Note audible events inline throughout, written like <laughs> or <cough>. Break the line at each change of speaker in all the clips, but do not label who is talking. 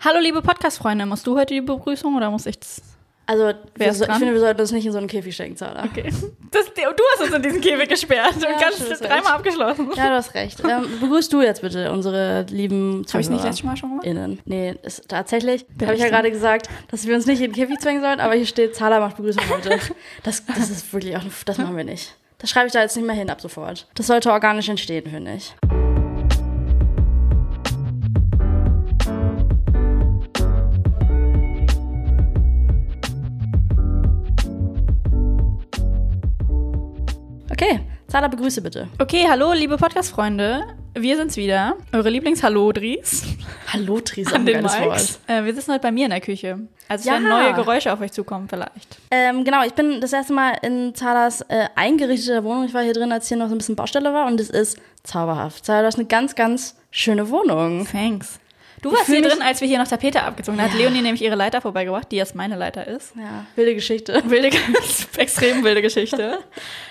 Hallo, liebe Podcast-Freunde, musst du heute die Begrüßung oder muss ich's?
Also,
Wer
wir
ist
so, ich
dran?
finde, wir sollten uns nicht in so einen Käfig stecken, Zara.
Okay. Das, du hast uns in diesen Käfig gesperrt und
Ja,
ganz
stimmt,
dreimal
recht.
abgeschlossen.
Ja, du hast recht. Ähm, begrüßt du jetzt bitte unsere lieben
Habe ich nicht
Zuhörer.
letztes Mal schon gemacht?
Innen. Nee, ist, tatsächlich
Wer
habe ich ja
ist denn?
gerade gesagt, dass wir uns nicht in den Käfig zwängen sollen, aber hier steht, Zala macht Begrüßung <laughs> heute. Das, das ist wirklich auch, das machen wir nicht. Das schreibe ich da jetzt nicht mehr hin ab sofort. Das sollte organisch entstehen, finde ich. Okay, Zala, begrüße bitte.
Okay, hallo, liebe Podcast-Freunde. Wir sind's wieder. Eure Lieblings-Hallodris
Hallo, Theresa,
an den
geiles Wort.
Mikes. Äh, wir sitzen heute bei mir in der Küche. Also es
Ja.
werden neue Geräusche auf euch zukommen vielleicht.
Ähm, genau, ich bin das erste Mal in Zalas äh, eingerichteter Wohnung. Ich war hier drin, als hier noch so ein bisschen Baustelle war und es ist zauberhaft. Zala, du hast eine ganz, ganz schöne Wohnung.
Thanks. Du warst
fühl
hier
mich-
drin, als wir hier noch Tapete abgezogen haben. Da hat Leonie nämlich ihre Leiter vorbeigebracht, die jetzt meine Leiter ist.
Ja, wilde Geschichte.
Wilde, <laughs> extrem wilde Geschichte.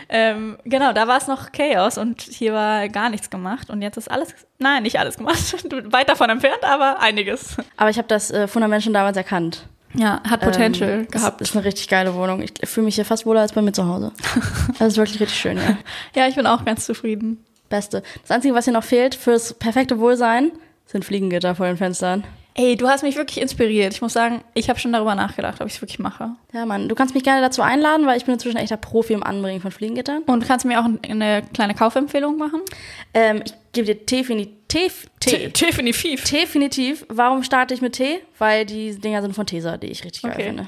ähm, genau, da war es noch Chaos und hier war gar nichts gemacht und jetzt ist alles, nein, nicht alles gemacht, <laughs> Du- weit davon entfernt, aber einiges.
Aber ich habe das äh, Fundament schon damals erkannt.
Ja, hat Potential
ähm,
gehabt.
Das ist eine richtig geile Wohnung. Ich fühle mich hier fast wohler als bei mir zu Hause.
<laughs>
Das ist wirklich richtig schön, ja.
Ja, ich bin auch ganz zufrieden.
Beste. Das Einzige, was hier noch fehlt fürs perfekte Wohlsein, sind Fliegengitter vor den Fenstern.
Ey, du hast mich wirklich inspiriert. Ich muss sagen, ich habe schon darüber nachgedacht, ob ich es wirklich mache.
Ja, Mann, du kannst mich gerne dazu einladen, weil ich bin inzwischen echter Profi im Anbringen von Fliegengittern.
Und kannst du mir auch eine kleine Kaufempfehlung machen?
Ähm, ich gebe dir definitiv...
T- Tiffany Fief.
Definitiv. Warum starte ich mit Tee? Weil die Dinger sind von Tesa, die ich richtig
Okay. <laughs>
geil finde.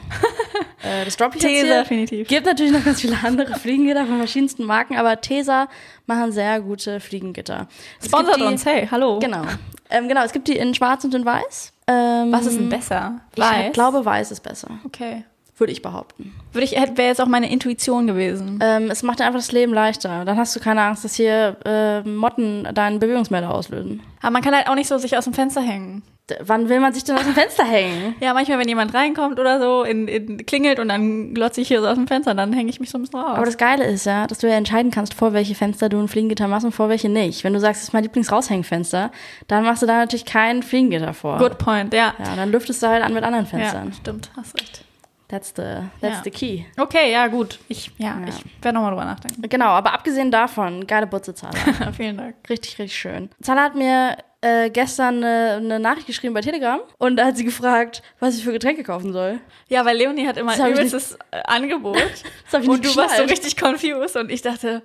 äh, das droppe ich jetzt
Tesa,
hier.
definitiv.
Gibt natürlich noch ganz viele andere Fliegengitter von verschiedensten Marken, aber Tesa machen sehr gute Fliegengitter. Es gibt
Sponsert
die-
uns, hey, hallo.
Genau. Ähm, genau, es gibt die in schwarz und in weiß. Ähm,
Was ist denn besser?
Ich glaube, weiß ist besser,
Okay.
würde ich behaupten.
Würde ich, wäre jetzt auch meine Intuition gewesen.
Ähm, es macht dir einfach das Leben leichter. Dann hast du keine Angst, dass hier äh, Motten deinen Bewegungsmelder auslösen.
Aber man kann halt auch nicht so sich aus dem Fenster hängen.
D wann will man sich denn aus dem Fenster hängen?
Ja, manchmal, wenn jemand reinkommt oder so, in, in, klingelt und dann glotze ich hier so aus dem Fenster, dann hänge ich mich so ein bisschen raus.
Aber das Geile ist ja, dass du ja entscheiden kannst, vor welche Fenster du ein Fliegengitter machst und vor welche nicht. Wenn du sagst, das ist mein Lieblingsraushängfenster, dann machst du da natürlich kein Fliegengitter vor.
Good point, ja.
Ja, dann lüftest du halt an mit anderen
Ja,
Fenstern.
stimmt, hast recht.
That's the, that's
Ja.
the key.
Okay, ja, gut. Ich, ja,
Ja.
ich werde nochmal drüber nachdenken.
<laughs> Genau, aber abgesehen davon, geile Butze, Zala.
Vielen Dank.
richtig, richtig schön. Zala hat mir äh, gestern eine, eine Nachricht geschrieben bei Telegram und da hat sie gefragt, was ich für Getränke kaufen soll.
Ja, weil Leonie hat immer
Das hab
ein
ich
übelstes äh, Angebot.
Das <laughs> hab ich
und
nicht
du warst so
geschnallt.
richtig confused und ich dachte,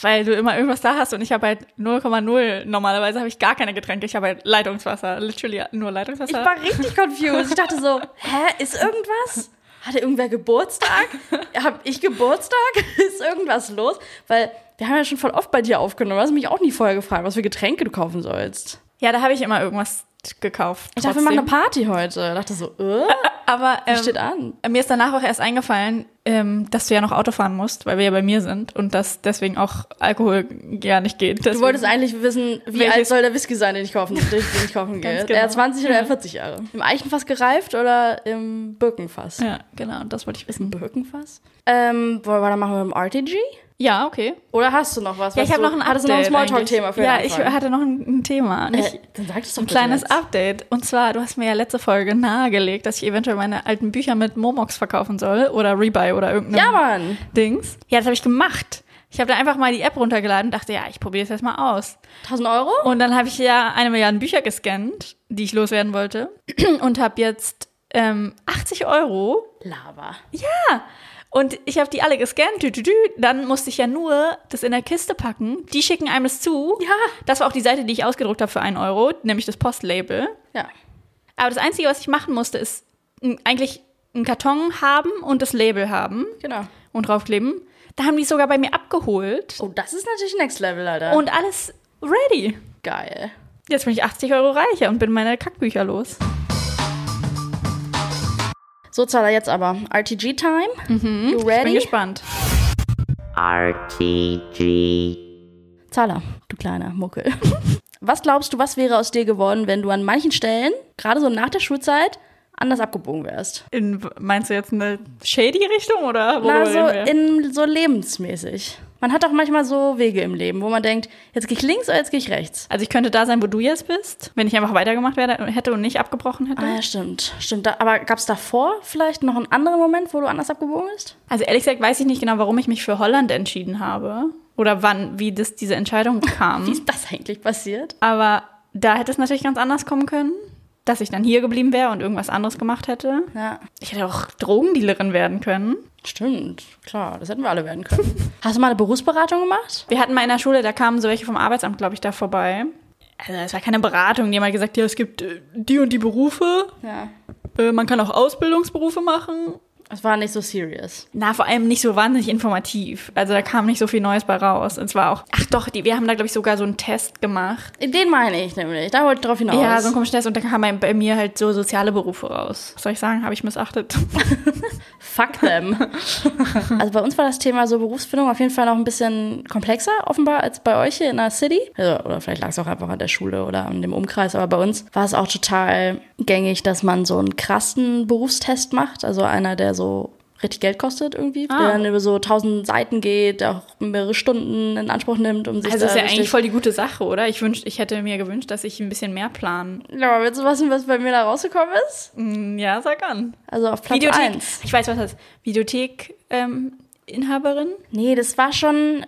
weil du immer irgendwas da hast und ich habe halt 0,0. Normalerweise habe ich gar keine Getränke. Ich habe halt Leitungswasser. Literally nur Leitungswasser.
Ich war richtig confused. Ich dachte so, hä, ist irgendwas? Hatte irgendwer Geburtstag? Hab ich Geburtstag? <laughs> Ist irgendwas los? Weil wir haben ja schon voll oft bei dir aufgenommen. Du hast mich auch nie vorher gefragt, was für Getränke du kaufen sollst.
ja, da habe ich immer irgendwas gekauft.
Ich dachte, wir machen eine Party heute. Ich dachte so, äh,
Aber
was
ähm,
steht an?
Mir ist danach auch erst eingefallen, ähm, dass du ja noch Auto fahren musst, weil wir ja bei mir sind und dass deswegen auch Alkohol ja nicht geht.
Du
Deswegen-
wolltest eigentlich wissen, wie
Welches-
alt soll der Whisky sein, den ich kaufen, den ich kaufen gehe.
<laughs> Ganz genau.
Er 20 oder er 40 Jahre. Im Eichenfass gereift oder im Birkenfass?
Ja, genau, und das wollte ich wissen.
Birkenfass? Ähm, wollen wir dann machen wir im RTG?
Ja, okay.
Oder hast du noch was?
Ja, ich
was
habe
du-
noch ein
Hattest
Update.
du noch ein Smalltalk-Thema für den
Ja, ich
Anfang?
hatte noch ein, ein Thema. Ich,
Äh, dann sag das doch
ein
bitte
kleines
jetzt.
Update. Und zwar, du hast mir ja letzte Folge nahegelegt, dass ich eventuell meine alten Bücher mit Momox verkaufen soll oder Rebuy oder irgendeinem
Ja, Mann.
Dings. Ja, das habe ich gemacht. Ich habe da einfach mal die App runtergeladen und dachte, ja, ich probiere es jetzt mal aus.
1000 Euro?
Und dann habe ich ja eine Milliarde Bücher gescannt, die ich loswerden wollte. <clears throat> Und habe jetzt ähm, 80 Euro.
Lava.
Und ich habe die alle gescannt. Dü, dü, dü. Dann musste ich ja nur das in der Kiste packen. Die schicken einem das zu.
Ja.
Das war auch die Seite, die ich ausgedruckt habe für 1 Euro, nämlich das Postlabel.
Ja.
Aber das Einzige, was ich machen musste, ist m, eigentlich einen Karton haben und das Label haben
Genau.
und draufkleben. Da haben die es sogar bei mir abgeholt
Oh, das ist natürlich Next Level, Alter.
und alles ready.
geil.
Jetzt bin ich 80 Euro reicher und bin meine Kackbücher los.
So, Zala, jetzt aber. RTG-Time. Mhm. You
Ich bin
ready?
gespannt.
RTG.
Zala, du kleiner Muckel. <laughs> was glaubst du, was wäre aus dir geworden, wenn du an manchen Stellen, gerade so nach der Schulzeit, anders abgebogen wärst?
In, meinst du jetzt eine shady Richtung oder
Na,
worüber
so,
reden wir?
in, so lebensmäßig. man hat auch manchmal so Wege im Leben, wo man denkt, jetzt gehe ich links oder jetzt gehe ich rechts.
Also ich könnte da sein, wo du jetzt bist, wenn ich einfach weitergemacht werde, hätte und nicht abgebrochen hätte.
Ah ja, stimmt. Stimmt. Da, aber gab es davor vielleicht noch einen anderen Moment, wo du anders abgebogen bist?
Also ehrlich gesagt weiß ich nicht genau, warum ich mich für Holland entschieden habe oder wann, wie das, diese
<laughs>
Entscheidung
Wie
kam.
ist das eigentlich passiert?
Aber da hätte es natürlich ganz anders kommen können, dass ich dann hier geblieben wäre und irgendwas anderes gemacht hätte.
Ja.
Ich hätte auch Drogendealerin werden können.
Stimmt, klar, das hätten wir alle werden können. Hast du mal eine Berufsberatung gemacht?
Wir hatten mal in der Schule, da kamen so welche vom Arbeitsamt, glaube ich, da vorbei. Also es war keine Beratung, die haben halt gesagt, ja, es gibt äh, die und die Berufe,
Ja.
äh, man kann auch Ausbildungsberufe machen.
Es war nicht so serious.
Na, vor allem nicht so wahnsinnig informativ. Also da kam nicht so viel Neues bei raus. Und es war auch, ach doch, die, wir haben da, glaube ich, sogar so einen Test gemacht.
Den meine ich nämlich. Da wollte ich drauf hinaus.
Ja, so einen komischen Test. Und da kamen bei, bei mir halt so soziale Berufe raus. Was soll ich sagen, habe ich <laughs> missachtet. <laughs>
Fuck them. also bei uns war das Thema so Berufsfindung auf jeden Fall noch ein bisschen komplexer, offenbar, als bei euch hier in der City. Also, oder vielleicht lag es auch einfach an der Schule oder an dem Umkreis, aber bei uns war es auch total gängig, dass man so einen krassen Berufstest macht. Also einer, der so richtig Geld kostet irgendwie,
Ah.
der dann über so 1000 Seiten geht, der auch mehrere Stunden in Anspruch nimmt, um sich
Also
da
ist ja
richtig-
eigentlich voll die gute Sache, oder? Ich wünsch, ich hätte mir gewünscht, dass ich ein bisschen mehr plan.
Laura, willst du wissen, was bei mir da rausgekommen ist?
Hm, Ja, sag an.
Also auf Platz
Videothek.
eins.
Ich weiß, was das ist. Videothek. Ähm, Inhaberin?
Nee, das war schon,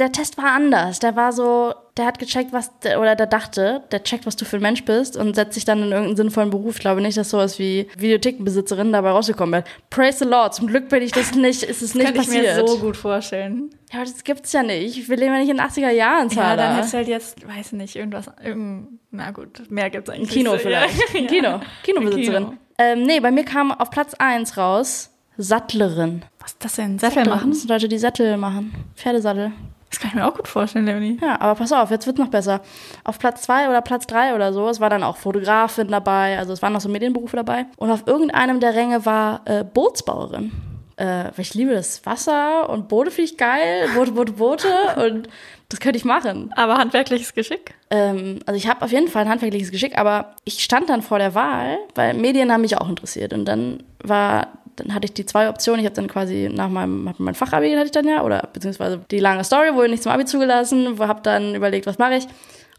der Test war anders. Der war so, der hat gecheckt, was, der- oder der dachte, der checkt, was du für ein Mensch bist und setzt sich dann in irgendeinen sinnvollen Beruf. Ich glaube nicht, dass sowas wie Videothekenbesitzerin dabei rausgekommen wäre. Praise the Lord, zum Glück bin ich das nicht, ist es nicht
Könnte ich mir
passiert.
so gut vorstellen.
ja, aber das gibt's ja nicht. Wir leben ja nicht in den 80er Jahren,
Ja,
Zahler.
dann hättest du halt jetzt, weiß nicht, irgendwas, irgend, na gut, mehr gibt's eigentlich.
Ein Kino
nicht so, <laughs> ja.
vielleicht. Ein Kino. Kinobesitzerin.
Kino.
Ähm, nee, bei mir kam auf Platz eins raus Sattlerin.
Was ist das denn? Sättel machen?
Das sind Leute, die Sättel machen. Pferdesattel.
Das kann ich mir auch gut vorstellen, Leonie.
Ja, aber pass auf, jetzt wird's noch besser. Auf Platz zwei oder Platz drei oder so, es war dann auch Fotografin dabei, also es waren noch so Medienberufe dabei. Und auf irgendeinem der Ränge war äh, Bootsbauerin. Äh, weil ich liebe das Wasser und Boote finde ich geil, Boote, Boote, Boote und das könnte ich machen.
Aber handwerkliches Geschick?
Ähm, also ich habe auf jeden Fall ein handwerkliches Geschick, aber ich stand dann vor der Wahl, weil Medien haben mich auch interessiert. Und dann war, dann hatte ich die zwei Optionen. Ich habe dann quasi nach meinem, hab mein Fachabi hatte ich dann ja, oder beziehungsweise die lange Story, wurde nicht zum Abi zugelassen, habe dann überlegt, was mache ich.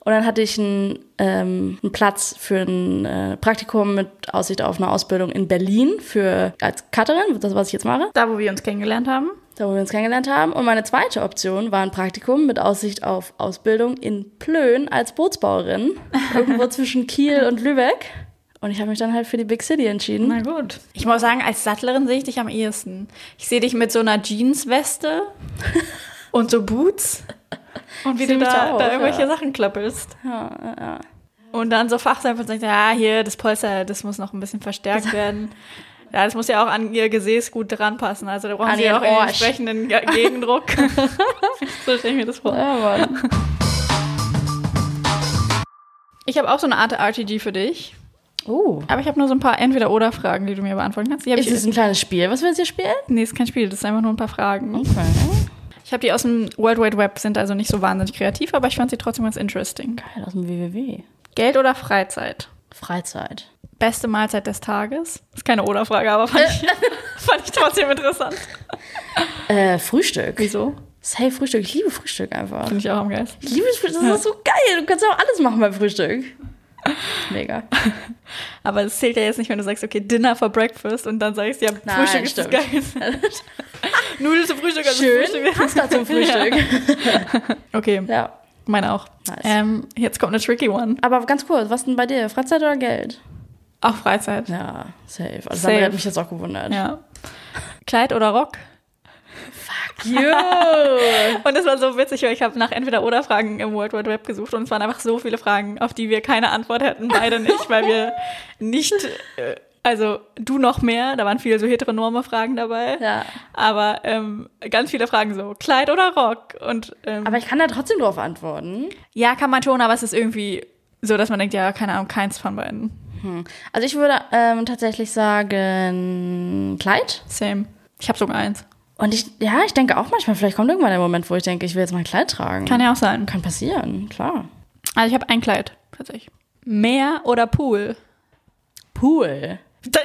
Und dann hatte ich einen, ähm, einen Platz für ein äh, Praktikum mit Aussicht auf eine Ausbildung in Berlin für als Cutterin, das was ich jetzt mache,
Da, wo wir uns kennengelernt haben.
da wo wir uns kennengelernt haben. Und meine zweite Option war ein Praktikum mit Aussicht auf Ausbildung in Plön als Bootsbauerin, irgendwo zwischen Kiel und Lübeck. Und ich habe mich dann halt für die Big City entschieden.
Na gut. Ich muss sagen, als Sattlerin sehe ich dich am ehesten. Ich sehe dich mit so einer <laughs> Jeansweste und so Boots. Und wie
Sehe
du
mich da
da,
auch,
da irgendwelche
ja.
Sachen klöppelst.
Ja, ja, ja.
Und dann so fachsam und sagst, ja, hier, das Polster, das muss noch ein bisschen verstärkt werden. Ja, das muss ja auch an ihr Gesäß gut dran passen. Also da brauchen
An
sie ja
ihren
auch einen
Arsch.
<laughs> entsprechenden Ge- Gegendruck. so stelle ich mir das vor.
ja Oh, Mann.
Ich habe auch so eine Art RTG für dich.
Oh.
Aber ich habe nur so ein paar Entweder-Oder-Fragen, die du mir beantworten kannst. Die hab
Ist
ich,
es ein kleines Spiel, was wir jetzt hier spielen?
nee, ist kein Spiel, das ist einfach nur ein paar Fragen.
Okay.
Ich habe die aus dem World Wide Web, sind also nicht so wahnsinnig kreativ, aber ich fand sie trotzdem ganz interesting.
Geil, aus dem WWW.
Geld oder Freizeit?
Freizeit.
Beste Mahlzeit des Tages? Ist keine Oder-Frage, aber fand ich, <laughs> fand ich trotzdem interessant.
Äh, Frühstück.
Wieso?
Safe Frühstück. Ich liebe Frühstück einfach.
Finde ich auch am Geist.
Ich liebe Frühstück. Das ist so geil. Du kannst auch alles machen beim Frühstück. Mega.
Aber es zählt ja jetzt nicht, wenn du sagst, okay, Dinner for Breakfast und dann sagst, ja,
Nein,
Frühstück ist das Geilste. <laughs> Nudeln zum Frühstück, also
Schön.
Frühstück. <laughs>
Pasta zum Frühstück.
Okay,
ja.
meine auch.
Nice.
Ähm, jetzt kommt eine tricky one.
Aber ganz kurz, was denn bei dir? Freizeit oder Geld?
Auch Freizeit.
Ja, safe. Also
Safe.
safe. hat mich jetzt auch gewundert.
Ja. Kleid oder Rock?
<laughs> Jo!
Und das war so witzig, weil ich habe nach Entweder-Oder-Fragen im World Wide Web gesucht und es waren einfach so viele Fragen, auf die wir keine Antwort hätten, beide nicht, weil wir nicht, äh, also du noch mehr, da waren viele so heteronorme Fragen dabei,
ja.
aber ähm, ganz viele Fragen so, Kleid oder Rock? Und ähm,
Aber ich kann da trotzdem drauf antworten.
ja, kann man schon, aber es ist irgendwie so, dass man denkt, ja, keine Ahnung, keins von beiden.
Also ich würde ähm, tatsächlich sagen, Kleid.
Same. Ich habe sogar eins.
Und ich, ja, ich denke auch manchmal, vielleicht kommt irgendwann der Moment, wo ich denke, ich will jetzt mal ein Kleid tragen.
Kann ja auch sein.
Kann passieren, klar.
Also ich habe ein Kleid, tatsächlich. Meer oder Pool?
Pool.
Dein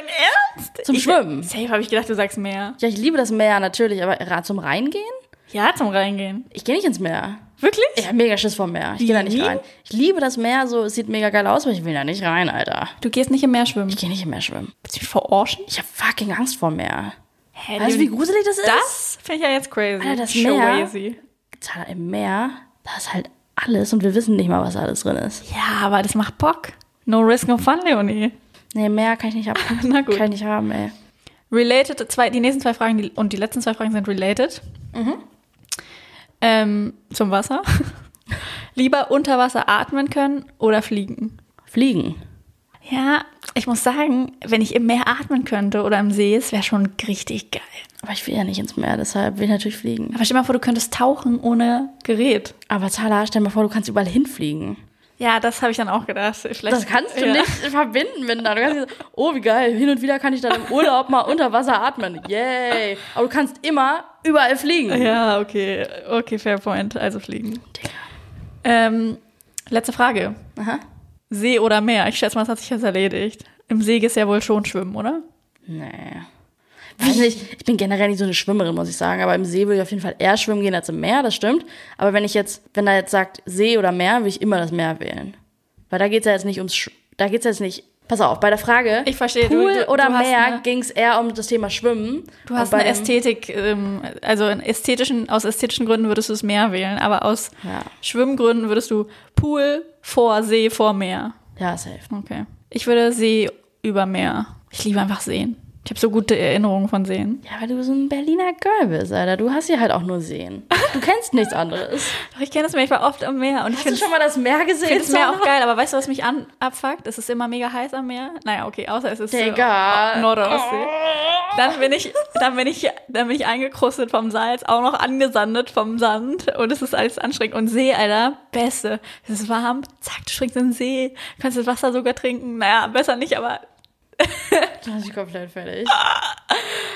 Ernst?
Zum
ich,
Schwimmen.
Safe habe ich gedacht, du sagst Meer.
Ja, ich liebe das Meer natürlich, aber ra- zum Reingehen?
Ja, zum Reingehen.
Ich gehe nicht ins Meer.
Wirklich?
Ich hab mega Schiss vom Meer. Ich gehe da nicht
Wie?
rein. Ich liebe das Meer, so es sieht mega geil aus, aber ich will da nicht rein, Alter.
Du gehst nicht im Meer schwimmen.
Ich gehe nicht im Meer schwimmen.
Willst du mich verarschen?
Ich habe fucking Angst vor Meer.
Hä,
Weißt du, wie gruselig das ist?
Also Das finde ich ja jetzt crazy.
Alter, das
Show
Meer.
Crazy.
Alter, Im Meer, da ist halt alles und wir wissen nicht mal, was da alles drin ist.
Ja, aber das macht Bock. No risk, no fun, Leonie.
Nee, Meer kann ich nicht ab.
<laughs> Na gut.
Kann ich nicht haben, ey.
Related, zwei, die nächsten zwei Fragen die, und die letzten zwei Fragen sind related. Mhm. Ähm, zum Wasser. <laughs> Lieber unter Wasser atmen können oder fliegen?
Fliegen.
Ja, ich muss sagen, wenn ich im Meer atmen könnte oder im See, es wäre schon richtig geil.
Aber ich will ja nicht ins Meer, deshalb will ich natürlich fliegen.
Aber stell dir mal vor, du könntest tauchen ohne Gerät.
Aber Zala, stell dir mal vor, du kannst überall hinfliegen.
Ja, das habe ich dann auch gedacht. Vielleicht,
Das kannst du
ja.
nicht <laughs> verbinden miteinander. Du kannst nicht sagen, oh, wie geil, hin und wieder kann ich dann im Urlaub mal unter Wasser atmen. Yay. Aber du kannst immer überall fliegen.
Ja, okay. Okay, fair point. Also fliegen. Ähm, letzte Frage.
Aha.
See oder Meer? Ich schätze mal, das hat sich jetzt erledigt. Im See ist ja wohl schon schwimmen, oder?
Nee. Weiß nicht, ich bin generell nicht so eine Schwimmerin, muss ich sagen. Aber im See würde ich auf jeden Fall eher schwimmen gehen als im Meer, das stimmt. Aber wenn ich jetzt, wenn da jetzt sagt See oder Meer, würde ich immer das Meer wählen. Weil da geht's ja jetzt nicht ums, Sch da geht's jetzt nicht, pass auf, bei der Frage,
Ich verstehe, du-
Pool
du-
oder
du hast
Meer
eine-
ging's eher um das Thema Schwimmen.
Du hast
Und bei
eine
dem-
Ästhetik, ähm, also in ästhetischen, aus ästhetischen Gründen würdest du das Meer wählen, aber aus
Ja.
Schwimmgründen würdest du Pool vor See vor Meer.
Ja, safe.
Okay. Ich würde See über Meer. Ich liebe einfach Seen. Ich habe so gute Erinnerungen von Seen.
Ja, weil du so ein Berliner Girl bist, Alter. Du hast hier halt auch nur Seen. Du kennst nichts anderes.
Doch, <laughs> ich kenne das Meer, ich war oft am Meer und ich
Hast du
finde
schon mal das Meer gesehen?
das Meer auch geil, aber weißt du, was mich an abfuckt? Es ist immer mega heiß am Meer. Naja, okay, außer es ist
Digga.
So Nord- oder
<laughs>
Ostsee. Dann bin ich, dann bin ich, dann bin ich eingekrustet vom Salz, auch noch angesandet vom Sand und es ist alles anstrengend. Und See, Alter, beste. Es ist warm, zack, du springst in den See, kannst das Wasser sogar trinken. Naja, besser nicht, aber
Da bin ich komplett fertig.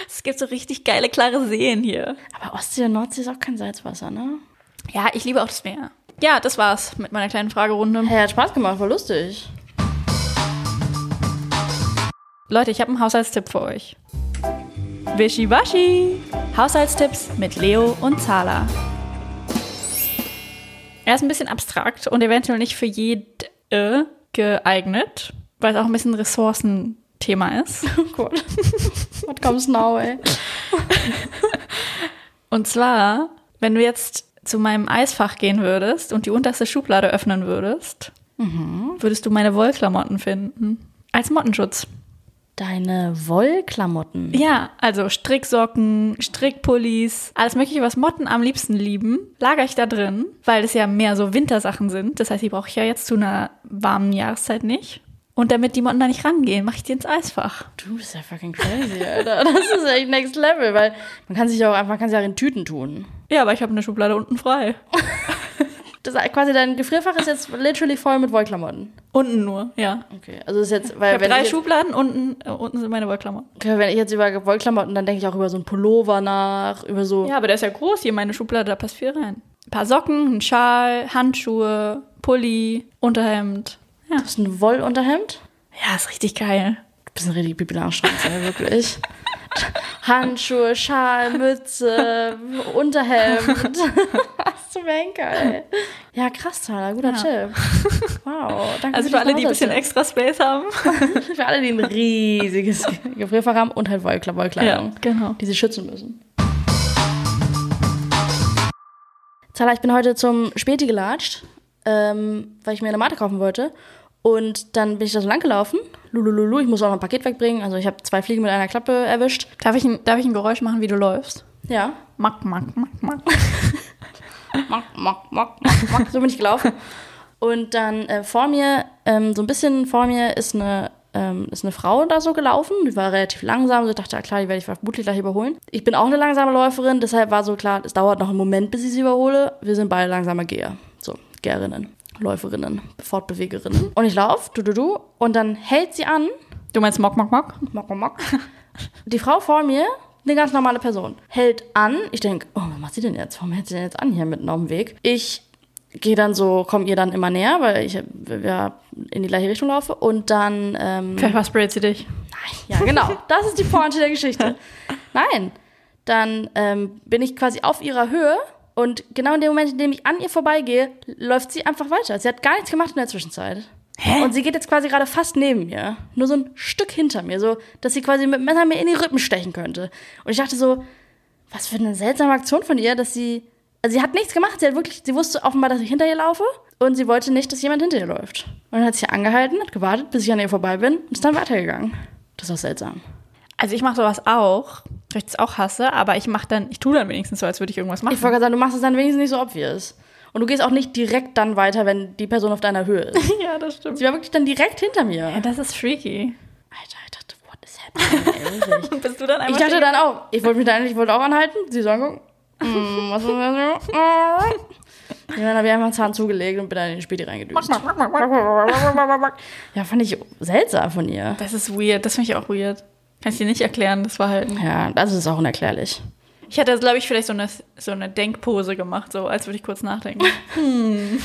es gibt so richtig geile, klare Seen hier.
Aber Ostsee und Nordsee ist auch kein Salzwasser, ne?
Ja, ich liebe auch das Meer. Ja, das war's mit meiner kleinen Fragerunde.
Hey, hat Spaß gemacht, war lustig. <laughs>
Leute, ich habe einen Haushaltstipp für euch. Wischiwaschi! Haushaltstipps mit Leo und Zala. Er ist ein bisschen abstrakt und eventuell nicht für jede geeignet, weil es auch ein bisschen Ressourcenthema ist.
Oh Gott. What comes now, ey?
Und zwar, wenn du jetzt zu meinem Eisfach gehen würdest und die unterste Schublade öffnen würdest, würdest du meine Wollklamotten finden. Als Mottenschutz.
Deine Wollklamotten.
Ja, also Stricksocken, Strickpullis, alles mögliche, was Motten am liebsten lieben, lagere ich da drin, weil es ja mehr so Wintersachen sind. Das heißt, die brauche ich ja jetzt zu einer warmen Jahreszeit nicht. Und damit die Motten da nicht rangehen, mache ich die ins Eisfach.
Du bist ja fucking crazy, Alter. Das ist echt next level, weil man kann sich auch einfach, man kann sich auch in Tüten tun.
Ja, aber ich habe eine Schublade unten frei.
Das ist quasi dein Gefrierfach ist jetzt literally voll mit Wollklamotten.
Unten nur, ja.
Okay, also ist jetzt,
Ich
weil
habe
wenn
drei
ich, jetzt,
Schubladen, unten, äh, unten sind meine Wollklamotten.
okay, wenn ich jetzt über Wollklamotten, dann denke ich auch über so einen Pullover nach, über so
Ja, aber der ist ja groß hier, meine Schublade, da passt viel rein. Ein paar Socken, ein Schal, Handschuhe, Pulli, Unterhemd. Ja,
Du hast ein Wollunterhemd?
ja ist richtig geil.
Du bist ein richtig Bibelangstrengend, ey, wirklich. <laughs> Handschuhe, Schal, Mütze,
<laughs>
Unterhemd. Hast du Wenker, ey. Ja, krass, Tyler, guter
Ja.
Tipp. Wow, danke
Also
für
für alle, die ein bisschen
Hausaufgaben.
extra Space haben.
<laughs> Für alle, die ein riesiges Gefrierfach haben und halt Wollkle- Wollkleidung,
genau.
die sie schützen müssen. Zala, ich bin heute zum Späti gelatscht, ähm, weil ich mir eine Mate kaufen wollte. Und dann bin ich da so lang gelaufen. Lulululu, ich muss auch noch ein Paket wegbringen. Also ich habe zwei Fliegen mit einer Klappe erwischt.
Darf ich, ein, darf ich ein Geräusch machen, wie du läufst?
Ja.
Mack, mack, mack, mack.
Mack, mack, mack, mack, mack. <laughs> So bin ich gelaufen. Und dann äh, vor mir, ähm, so ein bisschen vor mir, ist eine, ähm, ist eine Frau da so gelaufen. Die war relativ langsam. So ich dachte, ja, klar, die werde ich vermutlich gleich überholen. Ich bin auch eine langsame Läuferin, deshalb war so klar, es dauert noch einen Moment, bis ich sie überhole. Wir sind beide langsame Geher. So, Geherinnen, Läuferinnen, Fortbewegerinnen. Und ich laufe, du, du, du. Und dann hält sie an
Du meinst mock, mock, mock?
Mock, mock, mock. Die Frau vor mir, eine ganz normale Person, hält an. Ich denke, oh, was macht sie denn jetzt? Warum hält sie denn jetzt an hier mitten auf dem Weg? Ich gehe dann so, komme ihr dann immer näher, weil ich äh, ja, in die gleiche Richtung laufe. Und dann ähm,
Vielleicht versprayt sie dich.
ja, genau. Das ist die Pointe der Geschichte. Nein. dann ähm, bin ich quasi auf ihrer Höhe und genau in dem Moment, in dem ich an ihr vorbeigehe, läuft sie einfach weiter. Sie hat gar nichts gemacht in der Zwischenzeit.
Hä?
Und sie geht jetzt quasi gerade fast neben mir. Nur so ein Stück hinter mir, so dass sie quasi mit dem Messer mir in die Rippen stechen könnte. Und ich dachte so, was für eine seltsame Aktion von ihr, dass sie. Also sie hat nichts gemacht, sie hat wirklich, sie wusste offenbar, dass ich hinter ihr laufe und sie wollte nicht, dass jemand hinter ihr läuft. Und dann hat sie angehalten, hat gewartet, bis ich an ihr vorbei bin und ist dann weitergegangen. Das war seltsam.
Also ich mache sowas auch, weil ich das auch hasse, aber ich mache dann, ich tue dann wenigstens so, als würde ich irgendwas machen.
Ich wollte gerade sagen, du machst es dann wenigstens nicht so obvious. Und du gehst auch nicht direkt dann weiter, wenn die Person auf deiner Höhe ist. <laughs>
<laughs> ja, das stimmt.
Sie war wirklich dann direkt hinter mir.
Ja, das ist freaky.
Alter, ich dachte, what is happening? ey, <laughs> wirklich.
Und <laughs> bist du dann
ich
einmal
dachte dann auch, ich wollte mich da ich wollte auch anhalten. Sie sagen,
Mhm,
<laughs> mm, was ist das? Mm. Ja, dann habe ich einfach einen Zahn zugelegt und bin dann in den Spiel reingedüst. Ja, fand ich seltsam von ihr.
Das ist weird, das finde ich auch weird. Kann ich dir nicht erklären, das Verhalten.
Ja, das ist auch unerklärlich.
Ich hätte, glaube ich, vielleicht so eine, so eine Denkpose gemacht, so als würde ich kurz nachdenken.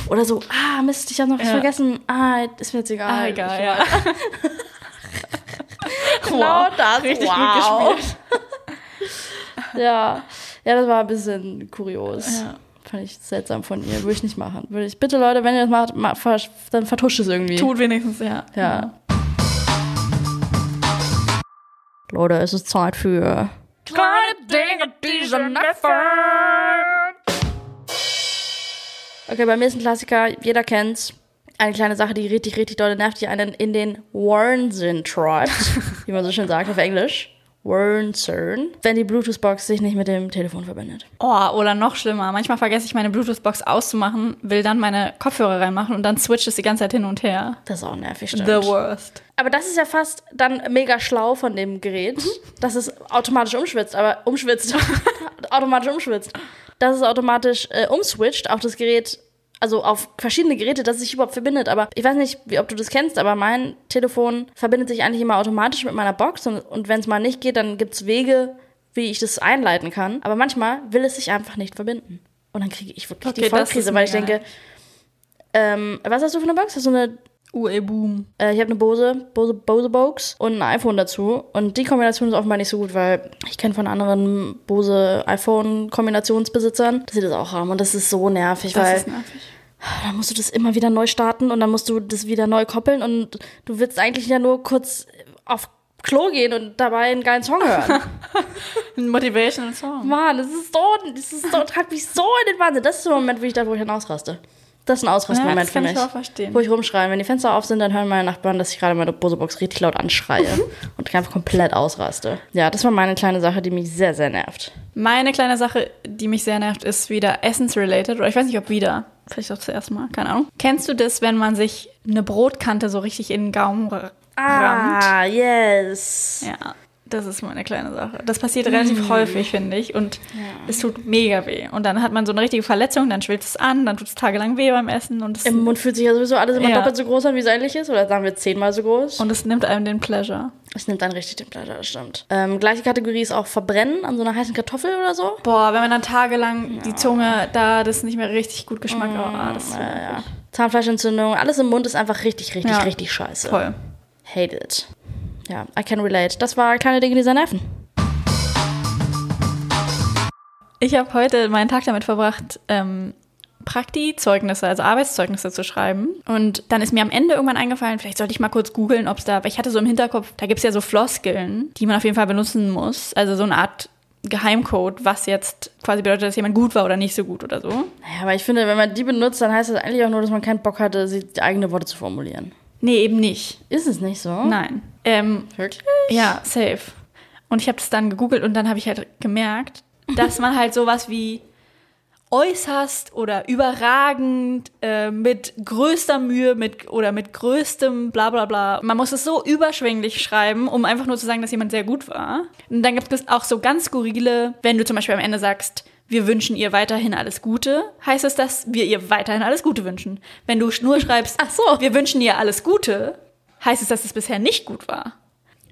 Oder so, ah, Mist, ich habe noch was
Ja.
vergessen. Ah, ist mir jetzt
<laughs>
egal.
Ah, egal, ja. <laughs>
Genau das.
Richtig
wow.
gut gespielt.
<laughs> Ja. ja, das war ein bisschen kurios.
Ja.
Fand ich seltsam von ihr. Würde ich nicht machen. Würde ich, bitte Leute, wenn ihr das macht, ma, versch- dann vertuscht es irgendwie.
Tut wenigstens, ja.
Ja. Leute, es ist Zeit für.
Kleine Dinge, die sind Neffen.
Okay, bei mir ist ein Klassiker, jeder kennt's. Eine kleine Sache, die richtig, richtig doll nervt, die einen in den Wahnsinn treibt. wie man so schön sagt auf Englisch. Wahnsinn. Wenn die Bluetooth-Box sich nicht mit dem Telefon verbindet.
Oh, oder noch schlimmer. Manchmal vergesse ich meine Bluetooth-Box auszumachen, will dann meine Kopfhörer reinmachen und dann switcht es die ganze Zeit hin und her.
Das ist auch nervig, stimmt.
The worst.
Aber das ist ja fast dann mega schlau von dem Gerät,
Mhm.
dass es automatisch umschwitzt, aber umschwitzt, <laughs> automatisch umschwitzt, dass es automatisch äh, umswitcht auf das Gerät, also auf verschiedene Geräte, dass es sich überhaupt verbindet. Aber ich weiß nicht, wie, ob du das kennst, aber mein Telefon verbindet sich eigentlich immer automatisch mit meiner Box und, und wenn es mal nicht geht, dann gibt es Wege, wie ich das einleiten kann. Aber manchmal will es sich einfach nicht verbinden. Und dann kriege ich wirklich die
Okay, das ist
Vollkrise, weil ich
mega
denke, ähm, was hast du für eine Box? Hast du eine
UE Boom.
äh, ich habe eine Bose, Bose, Bose Box und ein iPhone dazu. Und die Kombination ist offenbar nicht so gut, weil ich kenne von anderen Bose iPhone-Kombinationsbesitzern, dass sie das auch haben. Und das ist so nervig,
Das
weil
ist nervig.
dann musst du das immer wieder neu starten und dann musst du das wieder neu koppeln und du willst eigentlich ja nur kurz auf Klo gehen und dabei einen geilen Song hören.
Ein Motivational Song.
Mann, das ist so, das ist so, treibt mich so in den Wahnsinn. Das ist der Moment, wo ich da, wo ich dann ausraste. Das ist ein Ausrastmoment
Ja, das kann
für
ich
mich.
auch verstehen.
Wo ich rumschreie. Wenn die Fenster auf sind, dann hören meine Nachbarn, dass ich gerade meine Bosebox richtig laut anschreie
Mhm.
und einfach komplett ausraste. Ja, das war meine kleine Sache, die mich sehr, sehr nervt.
Meine kleine Sache, die mich sehr nervt, ist wieder Essence-related. Oder ich weiß nicht, ob wieder. Vielleicht auch zuerst mal. Keine Ahnung. Kennst du das, wenn man sich eine Brotkante so richtig in den Gaumen r- rammt?
Ah, yes.
Ja, das ist meine kleine Sache. Das passiert
Mm.
relativ häufig, finde ich. Und es tut mega weh. Und dann hat man so eine richtige Verletzung, dann schwillt es an, dann tut es tagelang weh beim Essen und es,
Im Mund fühlt sich ja sowieso alles immer
Ja.
doppelt so groß an, wie es eigentlich ist. Oder sagen wir zehnmal so groß. Und
und es nimmt einem den Pleasure.
es nimmt dann richtig den Pleasure, das stimmt. Ähm, gleiche Kategorie ist auch Verbrennen an so einer heißen Kartoffel oder so.
Boah, wenn man dann tagelang die Zunge da, das ist nicht mehr richtig gut Geschmack. ah, das ist so
Mm. Ja. Zahnfleischentzündung, alles im Mund ist einfach richtig, richtig,
Ja.
richtig scheiße.
toll.
Hate it. Ja, I can relate. Das war kleine Dinge dieser Nerven.
Ich habe heute meinen Tag damit verbracht, ähm, Prakti-Zeugnisse, also Arbeitszeugnisse zu schreiben. Und dann ist mir am Ende irgendwann eingefallen, vielleicht sollte ich mal kurz googeln, ob es da, weil ich hatte so im Hinterkopf, da gibt es ja so Floskeln, die man auf jeden Fall benutzen muss. Also so eine Art Geheimcode, was jetzt quasi bedeutet, dass jemand gut war oder nicht so gut oder so.
Naja, aber ich finde, wenn man die benutzt, dann heißt das eigentlich auch nur, dass man keinen Bock hatte, sich die eigene Worte zu formulieren.
Nee, eben nicht.
Ist es nicht so?
Nein. Ähm,
Wirklich?
Ja, safe. Und ich habe das dann gegoogelt und dann habe ich halt gemerkt, dass man halt sowas wie äußerst oder überragend äh, mit größter Mühe mit oder mit größtem bla bla bla. Man muss es so überschwänglich schreiben, um einfach nur zu sagen, dass jemand sehr gut war. Und dann gibt es auch so ganz skurrile, wenn du zum Beispiel am Ende sagst, wir wünschen ihr weiterhin alles Gute, heißt es, dass wir ihr weiterhin alles Gute wünschen. Wenn du nur schreibst,
<laughs> Ach so.
wir wünschen ihr alles Gute, heißt es, dass es bisher nicht gut war.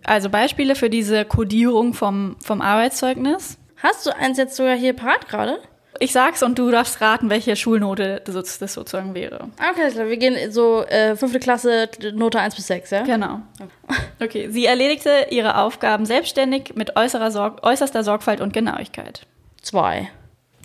Also Beispiele für diese Kodierung vom, vom Arbeitszeugnis.
Hast du eins jetzt sogar hier parat gerade?
ich sag's und du darfst raten, welche Schulnote das, das sozusagen wäre.
Okay, alles klar, wir gehen so äh, fünfte Klasse, Note 1 bis 6, ja?
Genau. Okay, sie erledigte ihre Aufgaben selbstständig mit äußerer Sorg äußerster Sorgfalt und Genauigkeit.
<laughs> Zwei.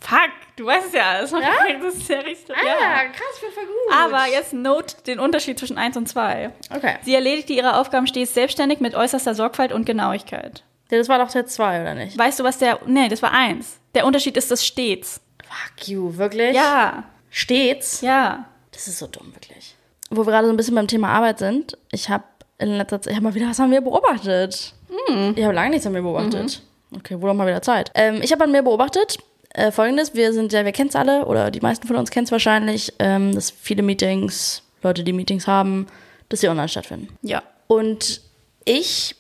Fuck, du weißt es ja alles.
Ja?
Das ist ja richtig.
Ah, krass, wir voll gut.
Aber jetzt note den Unterschied zwischen 1 und 2.
Okay.
Sie erledigte ihre Aufgaben stets selbstständig mit äußerster Sorgfalt und Genauigkeit.
Ja, Das war doch der 2, oder nicht?
Weißt du, was der. Nee, das war 1. Der Unterschied ist das stets.
Fuck you, wirklich?
Ja,
Stets?
ja.
Das ist so dumm, wirklich. Wo wir gerade so ein bisschen beim Thema Arbeit sind, ich habe in letzter Zeit, ich habe mal wieder was an mir beobachtet. Ich habe lange nichts an mir beobachtet. Okay, wurde auch mal wieder Zeit. Ähm, ich habe an mir beobachtet, äh, folgendes, wir sind ja, wir kennen es alle, oder die meisten von uns kennen es wahrscheinlich, ähm, dass viele Meetings, Leute, die Meetings haben, dass sie online stattfinden.
Ja.
Und ich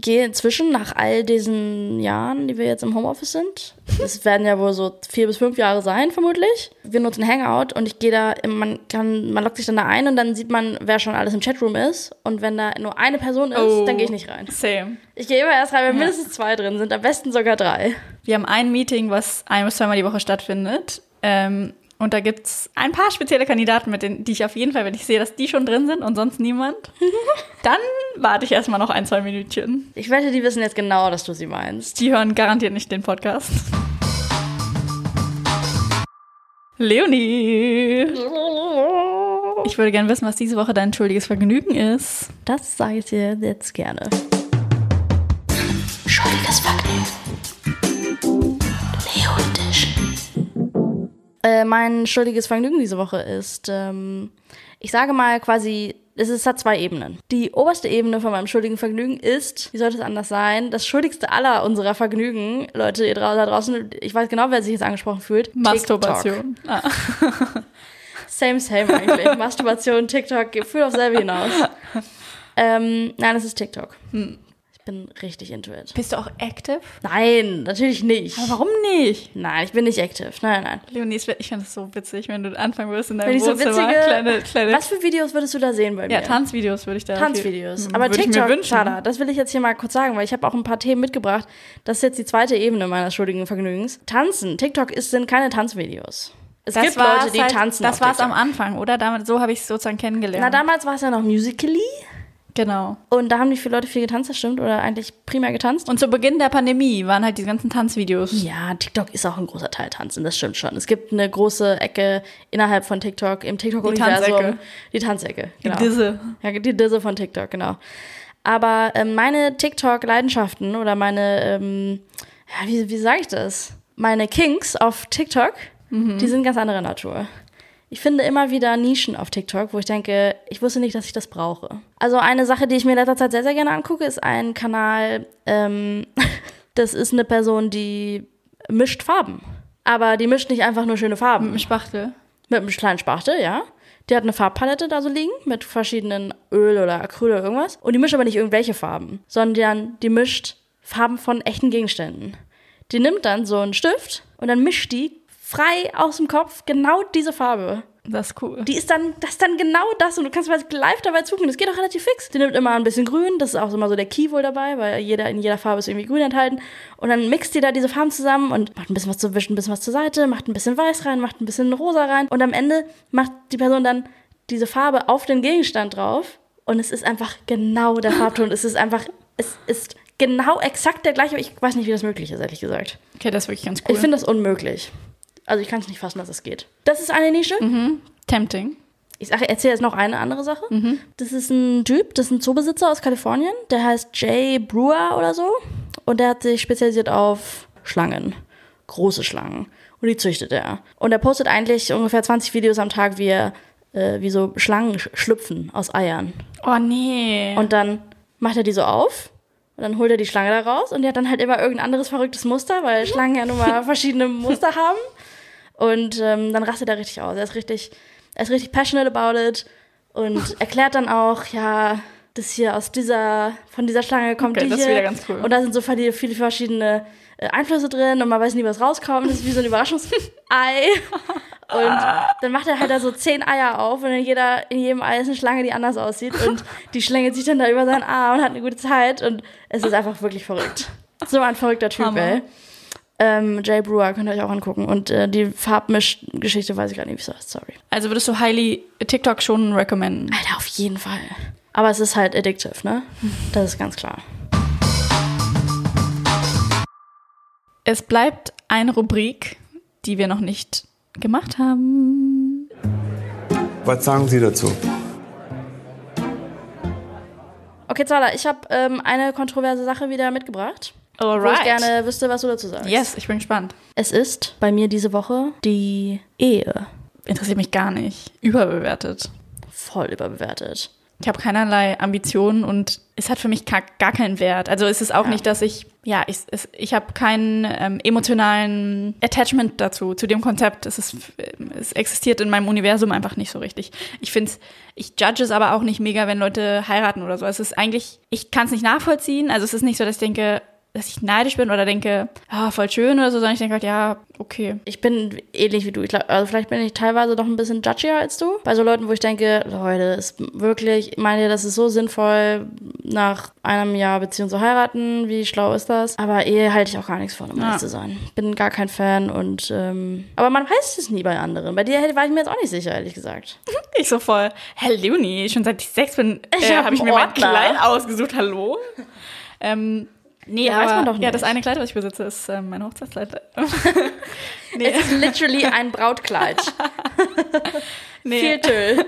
gehe inzwischen nach all diesen Jahren, die wir jetzt im Homeoffice sind, es werden ja wohl so vier bis fünf Jahre sein, vermutlich. Wir nutzen Hangout und ich gehe da, man kann, man loggt sich dann da ein und dann sieht man, wer schon alles im Chatroom ist. Und wenn da nur eine Person ist,
Oh.
dann gehe ich nicht rein.
Same.
Ich gehe immer erst rein, wenn mindestens zwei drin sind, am besten sogar drei.
Wir haben ein Meeting, was ein- bis zweimal die Woche stattfindet. Ähm, und da gibt's ein paar spezielle Kandidaten, mit denen, die ich auf jeden Fall, wenn ich sehe, dass die schon drin sind und sonst
<laughs>
niemand, dann warte ich erstmal noch ein, zwei Minütchen.
Ich wette, die wissen jetzt genau, dass du sie meinst.
Die hören garantiert nicht den Podcast. Leonie! Ich würde gerne wissen, was diese Woche dein schuldiges Vergnügen ist.
Das sage ich dir jetzt gerne. Schuldiges Vergnügen. Leontisch. Äh, mein schuldiges Vergnügen diese Woche ist, ähm, ich sage mal quasi, es, ist, hat zwei Ebenen. Die oberste Ebene von meinem schuldigen Vergnügen ist, wie sollte es anders sein, das schuldigste aller unserer Vergnügen, Leute ihr drau- da draußen, ich weiß genau, wer sich jetzt angesprochen fühlt. TikTok.
Masturbation. Ah.
Same, same
<laughs>
eigentlich. Masturbation, TikTok, Gefühl auf selber hinaus. Ähm, nein, es ist TikTok.
Hm.
Ich bin richtig into it.
Bist du auch active?
Nein, natürlich nicht.
Aber warum nicht?
Nein, ich bin nicht active. Nein, nein.
Leonie, es wär- ich finde es so witzig, wenn du anfangen würdest in
Wenn
deinem
ich so
Wohnzimmer.
witzige.
kleine, kleine
was für Videos würdest du da sehen bei mir?
Ja, Tanzvideos würde ich da.
Tanzvideos.
viel-
Aber
würde ich mir
TikTok,
wünschen.
Tada, das will ich jetzt hier mal kurz sagen, weil ich habe auch ein paar Themen mitgebracht. Das ist jetzt die zweite Ebene meines schuldigen Vergnügens. Tanzen. TikTok ist, sind keine Tanzvideos. Es
Das
gibt
war's
Leute, die
halt,
tanzen.
Das
auf
war es am
TikTok.
Anfang, oder? Damit, so habe ich es sozusagen kennengelernt.
Na, damals war es ja noch Musically.
genau.
Und da haben die viele Leute viel getanzt, das stimmt, oder eigentlich primär getanzt.
Und zu Beginn der Pandemie waren halt die ganzen Tanzvideos.
Ja, TikTok ist auch ein großer Teil Tanzen, das stimmt schon. Es gibt eine große Ecke innerhalb von TikTok, im TikTok-Universum.
Tanzecke.
Die Tanzecke.
Die
Genau.
Disse.
Ja, die Disse von TikTok, genau. Aber ähm, meine TikTok-Leidenschaften oder meine, ähm, ja, wie, wie sage ich das? Meine Kinks auf TikTok, die sind ganz anderer Natur. Ich finde immer wieder Nischen auf TikTok, wo ich denke, ich wusste nicht, dass ich das brauche. Also eine Sache, die ich mir in letzter Zeit sehr, sehr gerne angucke, ist ein Kanal, ähm, <laughs> das ist eine Person, die mischt Farben. Aber die mischt nicht einfach nur schöne Farben.
Im Spachtel.
Mit einem kleinen Spachtel, ja. Die hat eine Farbpalette da so liegen mit verschiedenen Öl oder Acryl oder irgendwas. Und die mischt aber nicht irgendwelche Farben, sondern die mischt Farben von echten Gegenständen. Die nimmt dann so einen Stift und dann mischt die frei aus dem Kopf genau diese Farbe.
Das ist cool.
Die ist dann, das ist dann genau das und du kannst live dabei zugucken. Das geht auch relativ fix. Die nimmt immer ein bisschen grün, das ist auch immer so der Key wohl dabei, weil jeder, in jeder Farbe ist irgendwie grün enthalten. Und dann mixt die da diese Farben zusammen und macht ein bisschen was zu wischen, ein bisschen was zur Seite, macht ein bisschen weiß rein, macht ein bisschen rosa rein. Und am Ende macht die Person dann diese Farbe auf den Gegenstand drauf und es ist einfach genau der Farbton. es ist einfach, es ist genau exakt der gleiche. aber Ich weiß nicht, wie das möglich ist, ehrlich gesagt.
okay, das ist wirklich ganz cool.
Ich finde das unmöglich. Also ich kann es nicht fassen, dass es geht. Das ist eine Nische.
Tempting.
Ich sage, erzähle jetzt noch eine andere Sache. Das ist ein Typ, das ist ein Zoobesitzer aus Kalifornien. Der heißt Jay Brewer oder so. Und der hat sich spezialisiert auf Schlangen. Große Schlangen. Und die züchtet er. Und er postet eigentlich ungefähr 20 Videos am Tag, wie, er, äh, wie so Schlangen sch- schlüpfen aus Eiern.
Oh nee.
Und dann macht er die so auf. Und dann holt er die Schlange da raus. Und die hat dann halt immer irgendein anderes verrücktes Muster, weil
Mhm.
Schlangen ja
<laughs>
nun mal verschiedene Muster haben. Und ähm, dann rastet er richtig aus. Er ist richtig, er ist richtig passionate about it
<laughs>
und erklärt dann auch, ja, das hier aus dieser, von dieser Schlange kommt
Okay,
die
das ist
hier.
wieder ganz cool.
Und da sind so viele, viele verschiedene äh, Einflüsse drin und man weiß nie, was rauskommt. Das
<laughs>
ist wie so ein Überraschungsei. Und
Ah.
dann macht er halt da so zehn Eier auf und in, jeder, in jedem Ei ist eine Schlange, die anders aussieht. Und die schlängelt sich dann da über seinen Arm und hat eine gute Zeit. Und es ist einfach wirklich verrückt. So ein verrückter Typ,
Hammer.
ey. Ähm, Jay Brewer könnt ihr euch auch angucken. Und äh, die Farbmischgeschichte weiß ich gerade nicht, wie es heißt. Sorry.
Also würdest du highly TikTok schon recommenden?
Alter, auf jeden Fall. Aber es ist halt addictive, ne? Das ist ganz klar.
Es bleibt eine Rubrik, die wir noch nicht gemacht haben.
Was sagen Sie dazu?
Okay, Zala, ich habe ähm, eine kontroverse Sache wieder mitgebracht. Wo ich
Alright.
gerne wüsste, was du dazu sagst.
Yes, ich bin gespannt.
Es ist bei mir diese Woche die Ehe
Interessiert mich gar nicht. Überbewertet.
voll überbewertet.
Ich habe keinerlei Ambitionen und es hat für mich ka- gar keinen Wert. Also es ist auch
Ja.
nicht, dass ich, ja, ich, es, ich habe keinen ähm, emotionalen Attachment dazu, zu dem Konzept. Es, ist, es existiert in meinem Universum einfach nicht so richtig. Ich finde ich judge es aber auch nicht mega, wenn Leute heiraten oder so. Es ist eigentlich, ich kann es nicht nachvollziehen. Also es ist nicht so, dass ich denke, dass ich neidisch bin oder denke, ah, voll schön oder so, sondern ich denke halt, ja, okay.
Ich bin ähnlich wie du. Ich glaub, also vielleicht bin ich teilweise noch ein bisschen judgier als du. Bei so Leuten, wo ich denke, Leute, ist wirklich, meint ihr, das ist so sinnvoll, nach einem Jahr Beziehung zu heiraten? Wie schlau ist das? Aber Ehe halte ich auch gar nichts von, um
Ja.
ehrlich zu sein. Bin gar kein Fan und, ähm, aber man weiß es nie bei anderen. Bei dir hätte- war ich mir jetzt auch nicht sicher, ehrlich gesagt.
Ich so voll, hell Leonie, schon seit ich sechs bin,
Ich
äh,
hab
habe ich
einen
mir mein
Ordner. <laughs>
Kleid ausgesucht, hallo? ähm, nee,
Ja,
aber,
weiß man doch
Ja,
nicht.
das eine Kleid, was ich besitze, ist ähm, mein Hochzeitskleid. <laughs>
Es ist literally ein Brautkleid.
Nee,
Viertel.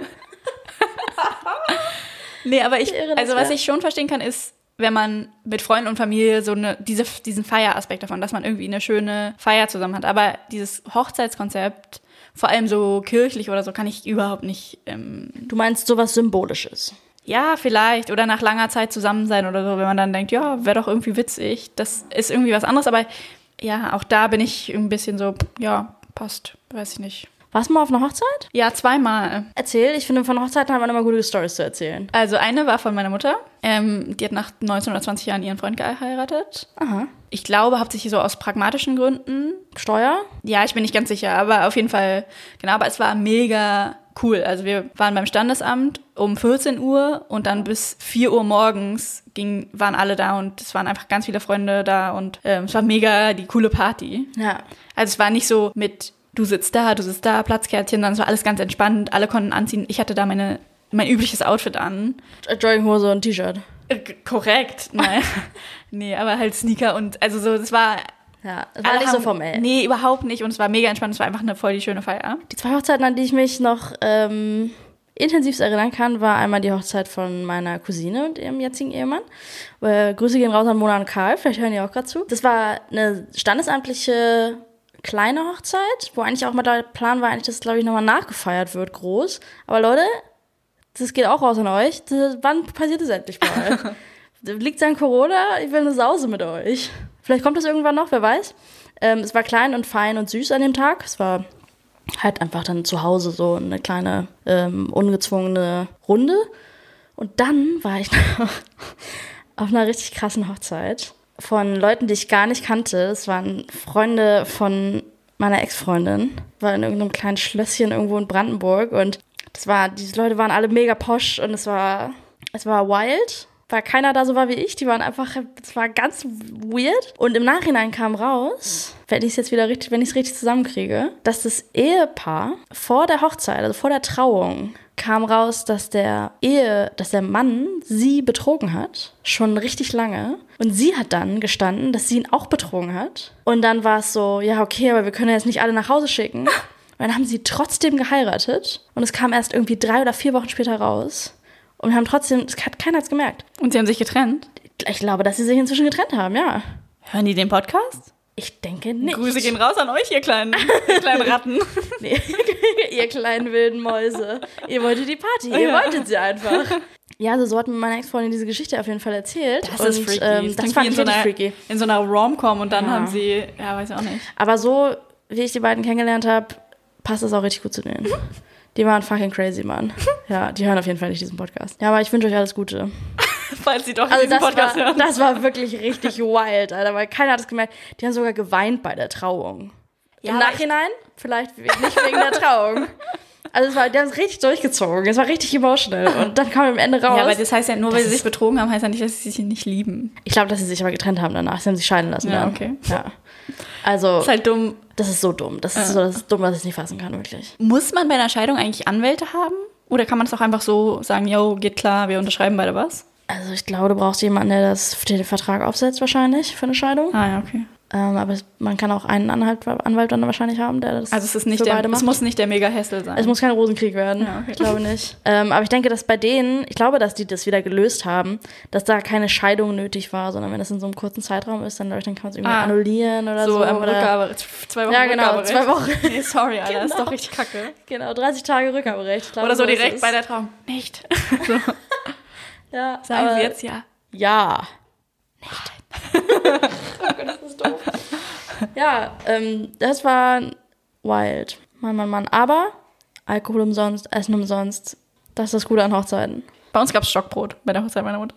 nee, aber ich,
Irre, das
also was
wär-
ich schon verstehen kann, ist, wenn man mit Freunden und Familie so eine, diese, diesen Feieraspekt davon, dass man irgendwie eine schöne Feier zusammen hat. Aber dieses Hochzeitskonzept, vor allem so kirchlich oder so, kann ich überhaupt nicht ähm,
Du meinst sowas Symbolisches.
Ja, vielleicht. Oder nach langer Zeit zusammen sein oder so, wenn man dann denkt, ja, wäre doch irgendwie witzig. Das ist irgendwie was anderes, aber ja, auch da bin ich ein bisschen so, ja, passt, weiß ich nicht.
Warst du mal auf einer Hochzeit?
Ja, zweimal.
Erzähl, ich finde, von Hochzeiten hat man immer gute Stories zu erzählen.
Also eine war von meiner Mutter. Ähm, die hat nach 19 oder 20 Jahren ihren Freund geheiratet.
Aha.
Ich glaube, hauptsächlich so aus pragmatischen Gründen.
Steuer?
Ja, ich bin nicht ganz sicher, aber auf jeden Fall, genau, aber es war mega cool. Also wir waren beim Standesamt um 14 Uhr und dann bis 4 Uhr morgens ging, waren alle da und es waren einfach ganz viele Freunde da und ähm, es war mega die coole Party.
Ja.
Also es war nicht so mit, du sitzt da, du sitzt da, Platzkärtchen, sondern es war alles ganz entspannt, alle konnten anziehen. Ich hatte da meine, mein übliches Outfit an.
Jogginghose und T-Shirt.
Äh, g- korrekt, <laughs> nein. nee, aber halt Sneaker und also so, es war...
Ja, es
alle
war nicht so
haben-
formell.
Nee, überhaupt nicht. Und es war mega entspannt. Es war einfach eine voll die schöne Feier.
Die zwei Hochzeiten, an die ich mich noch ähm, intensivst erinnern kann, war einmal die Hochzeit von meiner Cousine und ihrem jetzigen Ehemann. Äh, Grüße gehen raus an Mona und Karl, vielleicht hören die auch gerade zu. Das war eine standesamtliche kleine Hochzeit, wo eigentlich auch mal der Plan war, eigentlich, dass, glaube ich, nochmal nachgefeiert wird, groß. Aber Leute, das geht auch raus an euch. Das, wann passiert das endlich mal? Liegt an Corona? Ich will eine Sause mit euch. Vielleicht kommt das irgendwann noch, wer weiß. Ähm, es war klein und fein und süß an dem Tag. Es war halt einfach dann zu Hause so eine kleine ähm, ungezwungene Runde. Und dann war ich <laughs> noch auf einer richtig krassen Hochzeit von Leuten, die ich gar nicht kannte. Es waren Freunde von meiner Ex-Freundin. War in irgendeinem kleinen Schlösschen irgendwo in Brandenburg und das war, diese Leute waren alle mega posch und es war, es war wild, weil keiner da so war wie ich. Die waren einfach, es war ganz weird. Und im Nachhinein kam raus, wenn ich es jetzt wieder richtig, wenn ich es richtig zusammenkriege, dass das Ehepaar vor der Hochzeit, also vor der Trauung, kam raus, dass der Ehe, dass der Mann sie betrogen hat, schon richtig lange. Und sie hat dann gestanden, dass sie ihn auch betrogen hat. Und dann war es so, ja, okay, aber wir können ja jetzt nicht alle nach Hause schicken. Und dann haben sie trotzdem geheiratet. Und es kam erst irgendwie drei oder vier Wochen später raus. Und haben trotzdem, es hat keiner hat's gemerkt.
Und sie haben sich getrennt.
Ich glaube, dass sie sich inzwischen getrennt haben, ja.
Hören die den Podcast?
Ich denke nicht.
Grüße gehen raus an euch, ihr kleinen, ihr kleinen <laughs> Ratten.
Nee. <laughs> ihr kleinen wilden Mäuse. Ihr wolltet die Party, ihr
Oh Ja.
wolltet sie einfach. Ja, also so hat mir meine Ex-Freundin diese Geschichte auf jeden Fall erzählt. Und, Ähm,
klingt
das fand
wie in
ich
so
richtig
einer,
freaky.
In so einer Rom-Com und dann
Ja.
haben sie, ja, weiß ich auch nicht.
Aber so, wie ich die beiden kennengelernt habe, passt das auch richtig gut zu denen.
Mhm.
Die waren fucking crazy, Mann. Ja, die hören auf jeden Fall nicht diesen Podcast. Ja, aber ich wünsche euch alles Gute.
<laughs> Falls sie doch
Also
diesen
das
Podcast
war,
hören.
das war wirklich richtig wild, Alter, weil keiner hat es gemerkt. Die haben sogar geweint bei der Trauung.
Ja,
Im
aber
Nachhinein vielleicht we- nicht wegen der Trauung. Also es war, der hat es richtig durchgezogen. Es war richtig emotional. Und dann kam am Ende raus.
Ja, aber das heißt ja nur, weil
Das
sie sich
ist-
betrogen haben, heißt ja nicht, dass sie sich nicht lieben.
ich glaube, dass sie sich aber getrennt haben danach. Sie haben sich scheiden lassen.
Ja,
dann.
okay.
Ja. Also,
Ist halt dumm.
das ist so dumm. Das ist so das ist dumm, was ich nicht fassen kann, wirklich.
Muss man bei einer Scheidung eigentlich Anwälte haben? Oder kann man es auch einfach so sagen, yo, geht klar, wir unterschreiben beide was?
Also, ich glaube, du brauchst jemanden, der das, der den Vertrag aufsetzt, wahrscheinlich, für eine Scheidung.
Ah ja, okay.
Ähm, aber es- man kann auch einen Anhalt, Anwalt dann wahrscheinlich haben, der das
Also es ist nicht
für
der,
beide macht.
es muss nicht der Mega-Hessel sein.
Also Es muss kein Rosenkrieg werden.
Ja, okay.
Ich glaube
<laughs>
nicht. Ähm, aber ich denke, dass bei denen, ich glaube, dass die das wieder gelöst haben, dass da keine Scheidung nötig war, sondern wenn das in so einem kurzen Zeitraum ist, dann, glaub ich, dann kann man es irgendwie
Ah.
annullieren oder so.
so, ähm,
also oder
Rückgabe, zwei Wochen
Ja, genau,
Rückgaberecht.
zwei Wochen.
<laughs> Nee, sorry, Alter, ist
Genau.
doch richtig kacke.
Genau, 30 Tage Rückgaberecht. Ich glaube,
Oder so
ist
direkt
es.
bei der Trauung. <laughs> Nicht.
Ja,
Sagen
aber-
sie jetzt ja.
Ja.
<laughs>
Nicht. oh Gott, das ist doof. ja, ähm, das war wild. Mann, Mann, Mann. Aber Alkohol umsonst, Essen umsonst. Das ist das Gute an Hochzeiten.
Bei uns gab es Stockbrot bei der Hochzeit meiner Mutter.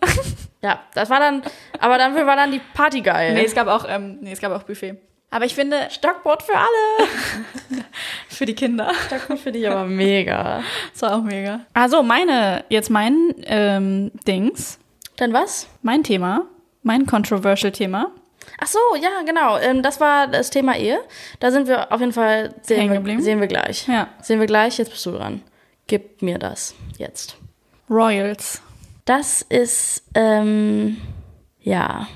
Ja, das war dann, aber dafür war dann die Party geil.
nee, es gab auch, ähm, nee, es gab auch Buffet. Aber ich finde,
Stockbrot für alle.
<laughs> für die Kinder,
Stockbrot finde ich aber mega.
das war auch mega. Also meine, jetzt mein ähm, Dings,
Dann was?
mein Thema, mein controversial Thema.
Ach so, ja, genau. Ähm, das war das Thema Ehe. Da sind wir auf jeden Fall,
Hängen
sehen, wir,
geblieben?
sehen wir gleich.
Ja.
Sehen wir gleich, jetzt bist du dran. Gib mir das jetzt.
Royals.
Das ist, ähm, ja,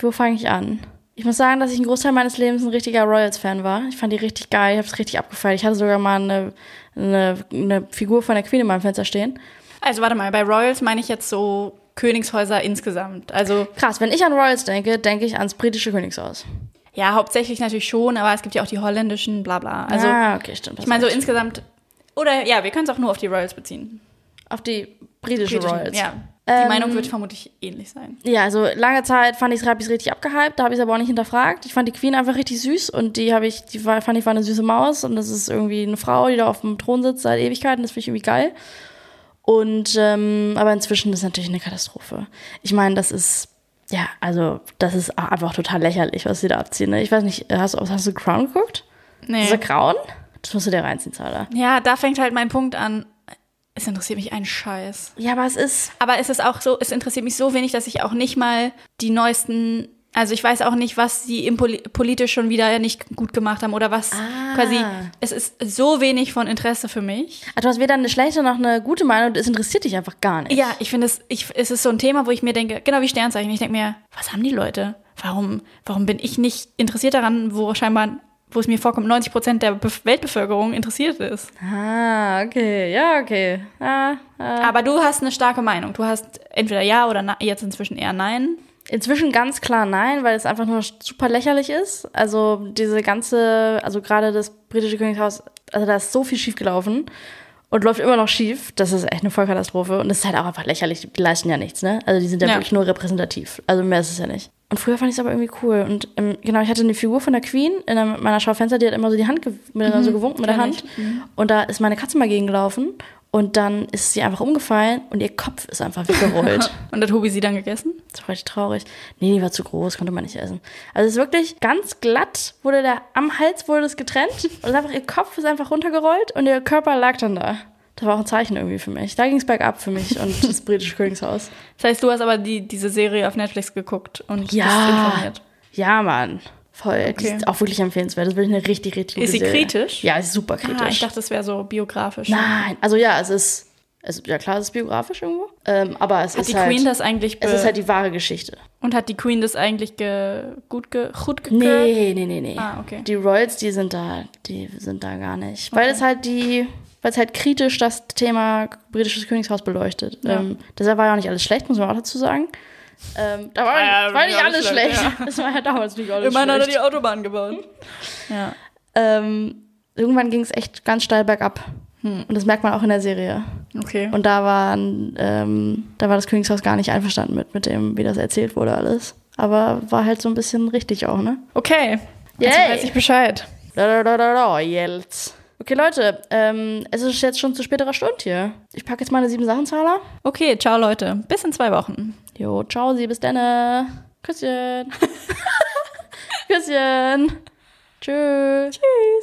wo fange ich an? Ich muss sagen, dass ich einen Großteil meines Lebens ein richtiger Royals-Fan war. Ich fand die richtig geil, ich habe es richtig abgefeiert. Ich hatte sogar mal eine, eine, eine Figur von der Queen in meinem Fenster stehen.
Also warte mal, bei Royals meine ich jetzt so Königshäuser insgesamt. Also
Krass, wenn ich an Royals denke, denke ich ans britische Königshaus.
ja, hauptsächlich natürlich schon, aber es gibt ja auch die holländischen, bla bla. Also
ah, okay, stimmt.
ich meine so insgesamt, oder ja, wir können es auch nur auf die Royals beziehen.
auf die britische
Britischen,
Royals.
Ja. Die
Ähm,
Meinung wird vermutlich ähnlich sein.
Ja, also lange Zeit fand ich es richtig abgehypt, da habe ich es aber auch nicht hinterfragt. Ich fand die Queen einfach richtig süß und die habe ich, die war, fand ich war eine süße Maus und das ist irgendwie eine Frau, die da auf dem Thron sitzt seit Ewigkeiten, das finde ich irgendwie geil. Und ähm, aber inzwischen ist natürlich eine Katastrophe. Ich meine, das ist ja, also das ist auch einfach total lächerlich, was sie da abziehen. Ne? Ich weiß nicht, hast, du- hast du Crown geguckt?
Nee.
Dieser Crown? Das musst du dir reinziehen, Zahler.
Ja, da fängt halt mein Punkt an. Es interessiert mich ein Scheiß.
Ja, aber es ist
Aber es ist auch so, es interessiert mich so wenig, dass ich auch nicht mal die neuesten, also ich weiß auch nicht, was sie im Poli politisch schon wieder nicht gut gemacht haben oder was quasi, es ist so wenig von Interesse für mich.
Ach, Ah, du hast weder eine schlechte noch eine gute Meinung, das interessiert dich einfach gar nicht.
Ja, ich finde es, ich, es ist so ein Thema, wo ich mir denke, genau wie Sternzeichen, ich denke mir, was haben die Leute? Warum, warum bin ich nicht interessiert daran, wo scheinbar, wo es mir vorkommt, 90 Prozent der Bef- Weltbevölkerung interessiert ist?
Ah, okay, ja, okay. Ah, ah.
Aber du hast eine starke Meinung. Du hast entweder ja oder na, jetzt inzwischen eher nein.
Inzwischen ganz klar nein, weil es einfach nur super lächerlich ist. Also diese ganze, also gerade das britische Königshaus, also da ist so viel schiefgelaufen und läuft immer noch schief. Das ist echt eine Vollkatastrophe und es ist halt auch einfach lächerlich. Die leisten ja nichts, ne? Also die sind ja,
Ja.
wirklich nur repräsentativ. Also mehr ist es ja nicht. Und früher fand ich es aber irgendwie cool. Und ähm, genau, ich hatte eine Figur von der Queen in einem- meiner Schaufenster, die hat immer so die Hand ge mit, so gewunken mit der
kenn
Hand. Und da ist meine Katze mal gegengelaufen und dann ist sie einfach umgefallen und ihr Kopf ist einfach weggerollt.
<laughs> Und hat Tobi sie dann gegessen?
Das war richtig traurig. Nee, die war zu groß, konnte man nicht essen. Also es ist wirklich ganz glatt, wurde der, am Hals wurde
<laughs>
es getrennt und es ist einfach, ihr Kopf ist einfach runtergerollt und ihr Körper lag dann da. Das war auch ein Zeichen irgendwie für mich. Da ging es bergab für mich
<laughs>
und das britische Königshaus.
Das heißt, du hast aber die, diese Serie auf Netflix geguckt und bist informiert.
Ja, Mann. Voll. Die
Okay.
ist auch wirklich empfehlenswert. Das ist wirklich eine richtig, richtig gute
Ist sie
Serie.
kritisch?
Ja, ist super kritisch.
Ah, ich dachte, das wäre so biografisch.
Nein. Also ja, es ist, es, ja klar, es ist biografisch irgendwo. Ähm, aber es
hat
ist
die
halt,
Queen das eigentlich be
es ist halt die wahre Geschichte.
und hat die Queen das eigentlich ge gut ge gut ge
Nee, nee, nee, nee.
Ah, okay.
Die Royals, die sind da, die sind da gar nicht. Weil es halt die, weil es halt kritisch das Thema britisches Königshaus beleuchtet.
Ja.
Ähm, deshalb war ja auch nicht alles schlecht, muss man auch dazu sagen. Ähm, da war,
ja,
es war nicht
wirklich
alles
alles
schlecht.
schlecht,
Das war ja damals nicht alles
Immerhin hat er
schlecht.
die Autobahn
<laughs>
gebaut. ja.
Ähm, irgendwann ging es echt ganz steil bergab. Und das merkt man auch in der Serie.
Okay.
Und da waren, ähm, da war das Königshaus gar nicht einverstanden mit, mit dem, wie das erzählt wurde alles. Aber war halt so ein bisschen richtig auch, ne?
okay. Jetzt
Yay.
weiß ich Bescheid.
Da, da, da, da, da, jetzt. Okay, Leute, ähm, es ist jetzt schon zu späterer Stunde hier. Ich packe jetzt meine sieben Sachenzahler.
Okay, ciao Leute. Bis in zwei Wochen.
Jo, ciao, sie, bis dann. <laughs> Küsschen. Küsschen. Tschüss. Tschüss.